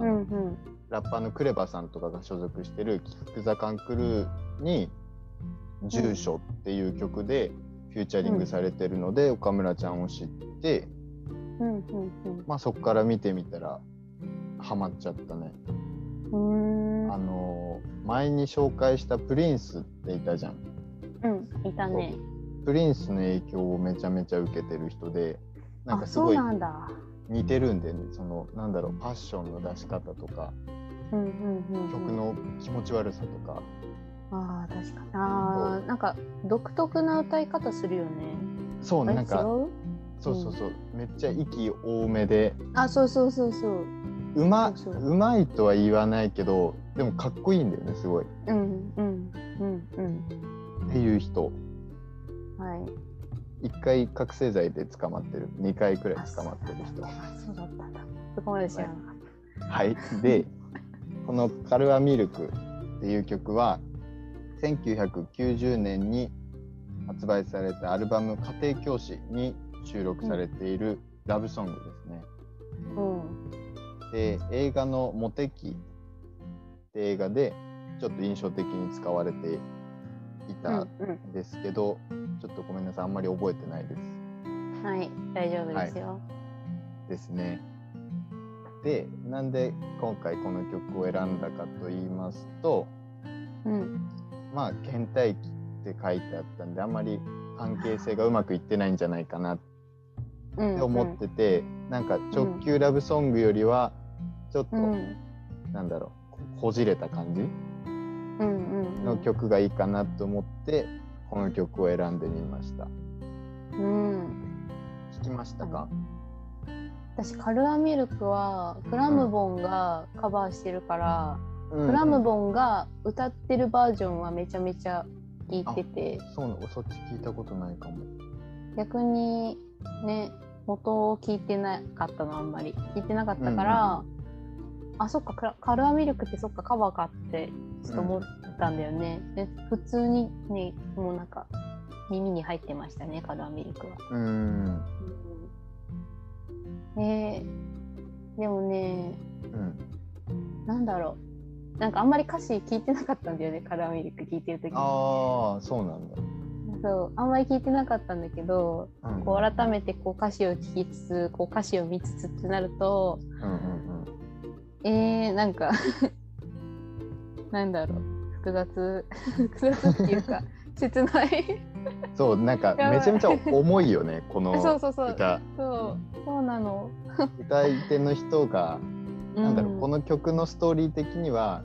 [SPEAKER 2] あの
[SPEAKER 1] んうん
[SPEAKER 2] ラッパーのクレバさんとかが所属してるキック・ザ・カンクルーに「住所」っていう曲でフューチャリングされてるので、岡村ちゃんを知って、
[SPEAKER 1] うんうん
[SPEAKER 2] まあ、そこから見てみたらハマっちゃったね。
[SPEAKER 1] うんうーん
[SPEAKER 2] あのー前に紹介したプリンスっていたじゃん。
[SPEAKER 1] うんいたね
[SPEAKER 2] プリンスの影響をめちゃめちゃ受けてる人でなんか
[SPEAKER 1] あ
[SPEAKER 2] すごい
[SPEAKER 1] そうなんだ
[SPEAKER 2] 似てるんだよねそのなんだろうパッションの出し方とか
[SPEAKER 1] うんうんうん、
[SPEAKER 2] 曲の気持ち悪さとか、
[SPEAKER 1] ああ確かにあーなんか独特な歌い方するよね
[SPEAKER 2] そう
[SPEAKER 1] あれ
[SPEAKER 2] なんか
[SPEAKER 1] 違う
[SPEAKER 2] そうそうそう、めっちゃ息多めで
[SPEAKER 1] あそうそうそうそう
[SPEAKER 2] うま
[SPEAKER 1] そうそう
[SPEAKER 2] うまいとは言わないけどでもかっこいいんだよねすごいっ
[SPEAKER 1] うんうんうんうん
[SPEAKER 2] ていう人
[SPEAKER 1] はい
[SPEAKER 2] 1回覚醒剤で捕まってる2回くらい捕まってる人
[SPEAKER 1] あそうだったんだそこまで知らなかっ
[SPEAKER 2] はい、でこの「カルアミルク」っていう曲は1990年に発売されたアルバム「家庭教師」に収録されているラブソング
[SPEAKER 1] た、うん
[SPEAKER 2] ですね。で映画の「モテキ」って映画でちょっと印象的に使われていたん
[SPEAKER 1] うん
[SPEAKER 2] ですけど、ちょっとごめんなさいあんまり覚えてないです。
[SPEAKER 1] うんはい大丈夫ですよ、
[SPEAKER 2] ですね。でなんで今回この曲を選んだかと言いますと。
[SPEAKER 1] うん
[SPEAKER 2] まあ倦怠期って書いてあったんであんまり関係性がうまくいってないんじゃないかなっ
[SPEAKER 1] うん
[SPEAKER 2] て思ってて、なんか直球ラブソングよりはちょっと、
[SPEAKER 1] うん
[SPEAKER 2] なんだろうこじれた感じ
[SPEAKER 1] うんうんうん
[SPEAKER 2] の曲がいいかなと思ってこの曲を選んでみました
[SPEAKER 1] うん
[SPEAKER 2] 聞きましたか、
[SPEAKER 1] 私カルアミルクはクラムボンがカバーしてるから、
[SPEAKER 2] うん
[SPEAKER 1] クラムボンが歌ってるバージョンはめちゃめちゃ聴いてて
[SPEAKER 2] そうなのそっち聞いたことないかも
[SPEAKER 1] 逆にね元を聞いてなかったのあんまり聞いてなかったから、あそっかクラカルアミルクってそっかカバーかってちょっと思っ
[SPEAKER 2] うん
[SPEAKER 1] たんだよね、で普通にねもうなんか耳に入ってましたねカルアミルクは。
[SPEAKER 2] うん
[SPEAKER 1] ねえでもね
[SPEAKER 2] うん
[SPEAKER 1] なんだろうなんかあんまり歌詞聞いてなかったんだよねカルアミルク聞いてる時
[SPEAKER 2] ああそうなんだ、
[SPEAKER 1] そうあんまり聞いてなかったんだけど
[SPEAKER 2] うん、
[SPEAKER 1] こう改めてこう歌詞を聞きつつこう歌詞を見つつってなると
[SPEAKER 2] うんうんうん
[SPEAKER 1] えー、なんか なんだろう複雑 複雑っていう か切ない
[SPEAKER 2] そうなんかめちゃめちゃ重いよねこ の
[SPEAKER 1] そうそうそう
[SPEAKER 2] 歌
[SPEAKER 1] そうそうなの、
[SPEAKER 2] 歌い手の人が、
[SPEAKER 1] う
[SPEAKER 2] なんだろうこの曲のストーリー的には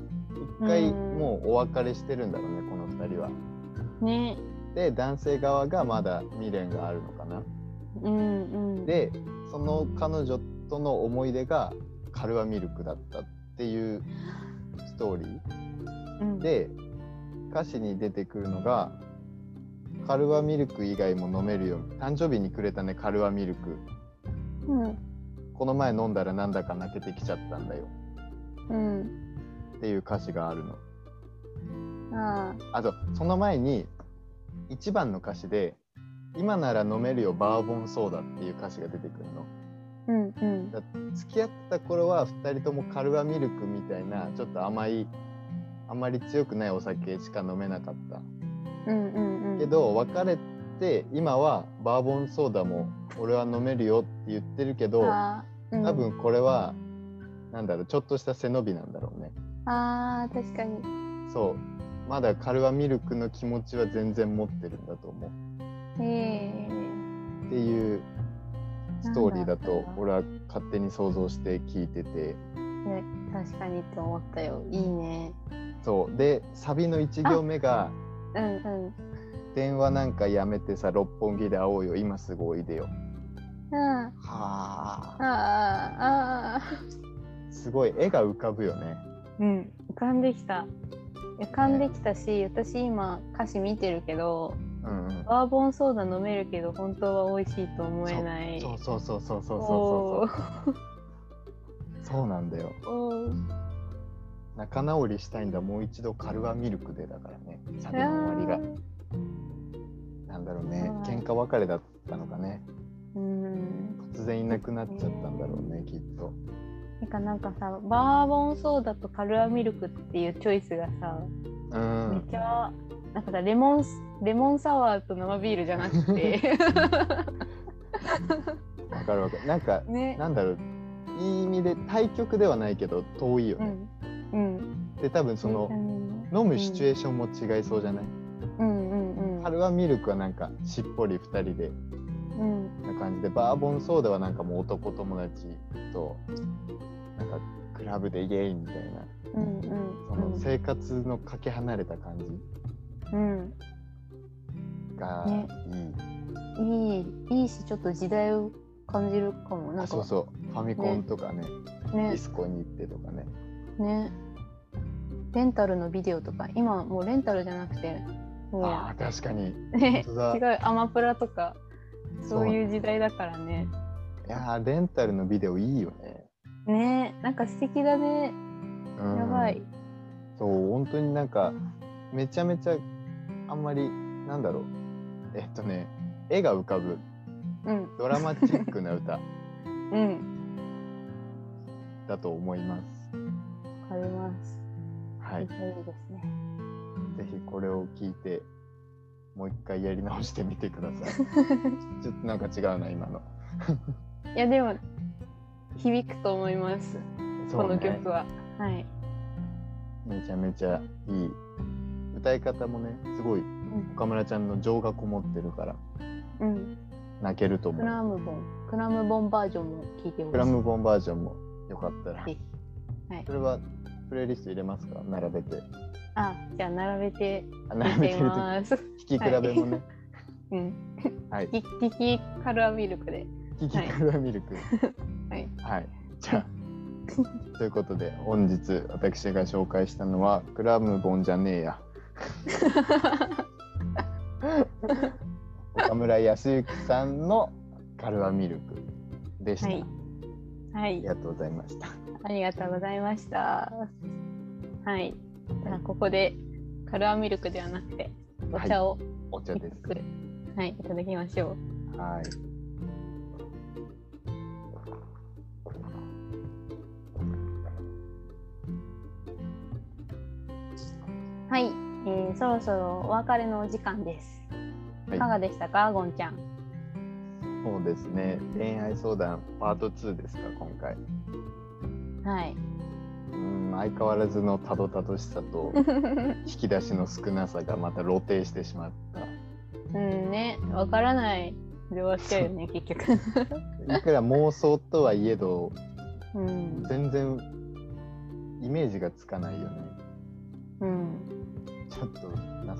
[SPEAKER 2] 一回
[SPEAKER 1] うん
[SPEAKER 2] もうお別れしてるんだろうね、この2人は。
[SPEAKER 1] ね
[SPEAKER 2] で男性側がまだ未練があるのかな。
[SPEAKER 1] うんうん
[SPEAKER 2] でその彼女との思い出がカルアミルクだったっていうストーリー
[SPEAKER 1] うん
[SPEAKER 2] で歌詞に出てくるのが「カルアミルク以外も飲めるよ誕生日にくれたねカルアミルク
[SPEAKER 1] うん
[SPEAKER 2] この前飲んだらなんだか泣けてきちゃったんだよ」
[SPEAKER 1] うん
[SPEAKER 2] っていう歌詞があるの。
[SPEAKER 1] あ
[SPEAKER 2] あとその前に1番の歌詞で「今なら飲めるよバーボンソーダ」っていう歌詞が出てくるの
[SPEAKER 1] ーうんうん
[SPEAKER 2] 付き合ってた頃は2人ともカルアミルクみたいなちょっと甘いあまり強くないお酒しか飲めなかった
[SPEAKER 1] うんうんうん
[SPEAKER 2] けど別れて今はバーボンソーダも俺は飲めるよって言ってるけど
[SPEAKER 1] あー、うん、
[SPEAKER 2] 多分これはなんだろうちょっとした背伸びなんだろうね
[SPEAKER 1] あー確かに
[SPEAKER 2] そうまだカルアミルクの気持ちは全然持ってるんだと思う
[SPEAKER 1] ええ
[SPEAKER 2] っていうストーリーだと俺は勝手に想像して聞いてて
[SPEAKER 1] ね、確かにって思ったよ。いいね。
[SPEAKER 2] そうでサビの1行目が
[SPEAKER 1] うんうん。
[SPEAKER 2] 「電話なんかやめてさ六本木で会おうよ今すぐおいでよ
[SPEAKER 1] あ」
[SPEAKER 2] は
[SPEAKER 1] あ、ああ、ああ。
[SPEAKER 2] あすごい絵が浮かぶよね
[SPEAKER 1] うん、浮かんできた。浮かんできたし、私今歌詞見てるけど、
[SPEAKER 2] うんうん
[SPEAKER 1] バーボンソーダ飲めるけど、本当は美味しいと思えない。
[SPEAKER 2] そうそうそうそうそう
[SPEAKER 1] お
[SPEAKER 2] そう
[SPEAKER 1] ー
[SPEAKER 2] そうそうなんだよ
[SPEAKER 1] おー
[SPEAKER 2] 仲直りしたいんだもう一度カルアミルクでだからねサビの終わりがなんだろうね
[SPEAKER 1] そうなんだ
[SPEAKER 2] 喧嘩別れだったのかね
[SPEAKER 1] うん。
[SPEAKER 2] 突然いなくなっちゃったんだろうねきっと
[SPEAKER 1] てかなんかさ、バーボンソーダとカルアミルクっていうチョイスがさ、
[SPEAKER 2] う
[SPEAKER 1] めっ
[SPEAKER 2] ん
[SPEAKER 1] ちゃなんかさレモンレモンサワーと生ビールじゃなくて
[SPEAKER 2] わかるわかるなんか
[SPEAKER 1] ね
[SPEAKER 2] なんだろういい意味で対極ではないけど遠いよ
[SPEAKER 1] う
[SPEAKER 2] ね、
[SPEAKER 1] んうん
[SPEAKER 2] で多分その、飲むシチュエーションも違いそうじゃない、
[SPEAKER 1] うんうんうん
[SPEAKER 2] カルアミルクはなんかしっぽり2人で
[SPEAKER 1] うん
[SPEAKER 2] な感じでバーボンソーダはなんかもう男友達となんかクラブでイエイみたいな
[SPEAKER 1] うん
[SPEAKER 2] その生活のかけ離れた感じ
[SPEAKER 1] うん
[SPEAKER 2] が
[SPEAKER 1] ねう
[SPEAKER 2] いい、
[SPEAKER 1] んいいいいしちょっと時代を感じるかもなん
[SPEAKER 2] あ
[SPEAKER 1] か
[SPEAKER 2] そうそうファミコンとかねデ
[SPEAKER 1] ね
[SPEAKER 2] ィスコに行ってとかね。
[SPEAKER 1] ねレンタルのビデオとか今もうレンタルじゃなくても、
[SPEAKER 2] ああ、確かに。いう
[SPEAKER 1] ね、違
[SPEAKER 2] 本当だ
[SPEAKER 1] うアマプラとかそういう時代だからね
[SPEAKER 2] やーレンタルのビデオいいよね。
[SPEAKER 1] ねなんか素敵だね
[SPEAKER 2] うん
[SPEAKER 1] やばい。
[SPEAKER 2] そう、本当になんか、めちゃめちゃ、あんまり、なんだろう。えっとね、絵が浮かぶ、
[SPEAKER 1] うん
[SPEAKER 2] ドラマチック な歌
[SPEAKER 1] うん
[SPEAKER 2] だと思います。
[SPEAKER 1] わかります
[SPEAKER 2] はいい
[SPEAKER 1] い。ですね
[SPEAKER 2] ぜひこれを聞いて、もう一回やり直してみてくだ さい。ちょっとなんか違うな、今の。
[SPEAKER 1] いやでも響くと思います、この曲ははい、
[SPEAKER 2] めちゃめちゃいい。歌い方もね、すごい、
[SPEAKER 1] うん
[SPEAKER 2] 岡村ちゃんの情がこもってるから、
[SPEAKER 1] うん、
[SPEAKER 2] 泣けると思
[SPEAKER 1] クラ
[SPEAKER 2] う。
[SPEAKER 1] ムボンクラムボンバージョンも聴いてほしい
[SPEAKER 2] クラムボンバージョンもよかったら
[SPEAKER 1] ぜ。ひはい
[SPEAKER 2] それは、プレイリスト入れますか並べて。
[SPEAKER 1] あじゃあ並べて
[SPEAKER 2] あ
[SPEAKER 1] 聴
[SPEAKER 2] 並
[SPEAKER 1] い
[SPEAKER 2] べ
[SPEAKER 1] て
[SPEAKER 2] て
[SPEAKER 1] い
[SPEAKER 2] ると
[SPEAKER 1] ます
[SPEAKER 2] き、聞き比べもね。
[SPEAKER 1] うん
[SPEAKER 2] はい。
[SPEAKER 1] キキキカルアミルクで
[SPEAKER 2] 聞き比べミルク。
[SPEAKER 1] はい
[SPEAKER 2] はい。じゃあ、ということで、本日私が紹介したのは、クラムボンじゃねえや。岡村康之さんのカルアミルクでした。
[SPEAKER 1] はいはい
[SPEAKER 2] ありがとうございました。
[SPEAKER 1] ありがとうございました。はい。じゃあここでカルアミルクではなくてお茶を
[SPEAKER 2] お茶
[SPEAKER 1] 一
[SPEAKER 2] です。
[SPEAKER 1] 服、はい、い、ただきましょう。
[SPEAKER 2] はい。
[SPEAKER 1] はい、えーそろそろお別れのお時間です。
[SPEAKER 2] はい
[SPEAKER 1] いかがでしたか、ゴンちゃん。
[SPEAKER 2] そうですね。恋愛相談パート2ですか、今回。
[SPEAKER 1] はい。
[SPEAKER 2] うん、相変わらずのたどたどしさと引き出しの少なさがまた露呈してしまった。
[SPEAKER 1] うんね、わからない。で終わっちゃうよ ね、結局。
[SPEAKER 2] いくら妄想とはいえど、
[SPEAKER 1] うん。
[SPEAKER 2] 全然イメージがつかないよね。
[SPEAKER 1] うん。
[SPEAKER 2] ちょっと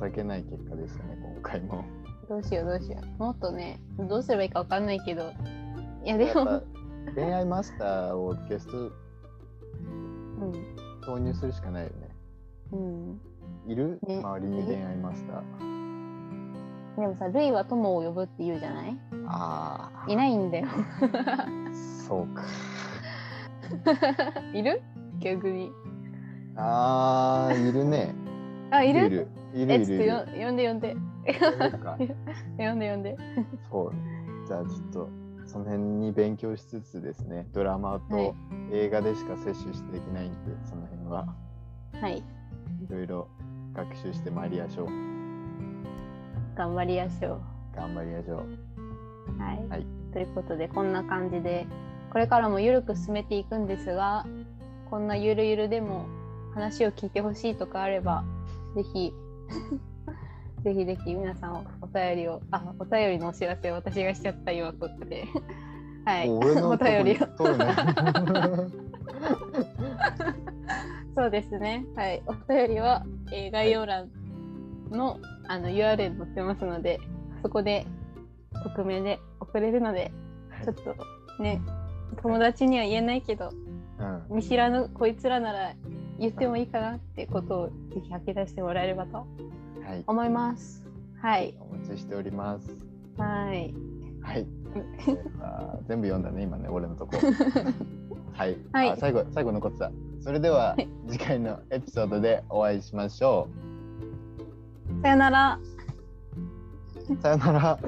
[SPEAKER 2] 情けない結果ですね、今回も。
[SPEAKER 1] どうしよう、どうしよう。もっとね、どうすればいいかわかんないけど。いや、で
[SPEAKER 2] やっ
[SPEAKER 1] も
[SPEAKER 2] ぱ。恋愛マスターをゲスト投入するしかないよね。
[SPEAKER 1] うん。うん。
[SPEAKER 2] いる、
[SPEAKER 1] ね
[SPEAKER 2] 周りに恋愛マスター。
[SPEAKER 1] でもさ、ルイは友を呼ぶって言うじゃない。
[SPEAKER 2] ああ。
[SPEAKER 1] いないんだよ。
[SPEAKER 2] そうか。
[SPEAKER 1] いる。逆に。
[SPEAKER 2] ああ、いるね。
[SPEAKER 1] あ、いる。
[SPEAKER 2] いるいる
[SPEAKER 1] え、
[SPEAKER 2] い
[SPEAKER 1] ちょ
[SPEAKER 2] る
[SPEAKER 1] っ
[SPEAKER 2] い
[SPEAKER 1] と
[SPEAKER 2] る。
[SPEAKER 1] よ、呼んで、呼んで。
[SPEAKER 2] いるか
[SPEAKER 1] 呼んで、呼んで。
[SPEAKER 2] そう。じゃあちょっとその辺に勉強しつつですね、ドラマ
[SPEAKER 1] は
[SPEAKER 2] と
[SPEAKER 1] い
[SPEAKER 2] 映画でしか摂取していけないんで、その辺は
[SPEAKER 1] はい。
[SPEAKER 2] いろいろ学習してまいりましょう。
[SPEAKER 1] 頑張りやしょう。
[SPEAKER 2] 頑張りましょう。
[SPEAKER 1] はい、
[SPEAKER 2] はい
[SPEAKER 1] ということでこんな感じでこれからもゆるく進めていくんですがこんなゆるゆるでも話を聞いてほしいとかあればぜひ ぜひぜひ皆さんお便りをあお便りのお知らせを私がしちゃった今ここで はい
[SPEAKER 2] も う俺
[SPEAKER 1] お
[SPEAKER 2] のとこ
[SPEAKER 1] 便りを
[SPEAKER 2] 取るね。
[SPEAKER 1] そうですねはいお便りは、えー概要欄の,、あの URL 載ってますのでそこで匿名で送れるので ちょっとね友達には言えないけど
[SPEAKER 2] うん。
[SPEAKER 1] 見知らぬこいつらなら言ってもいいかなってことをぜひ吐き出してもらえればと
[SPEAKER 2] はい。
[SPEAKER 1] 思います。はい。
[SPEAKER 2] お待ちしております。
[SPEAKER 1] はい。
[SPEAKER 2] はい。あー全部読んだね、今ね、俺の とこ。はい。
[SPEAKER 1] はい
[SPEAKER 2] あ最後、最後残ってた。それでは、次回のエピソードでお会いしましょ
[SPEAKER 1] さよなら。
[SPEAKER 2] う。さよなら。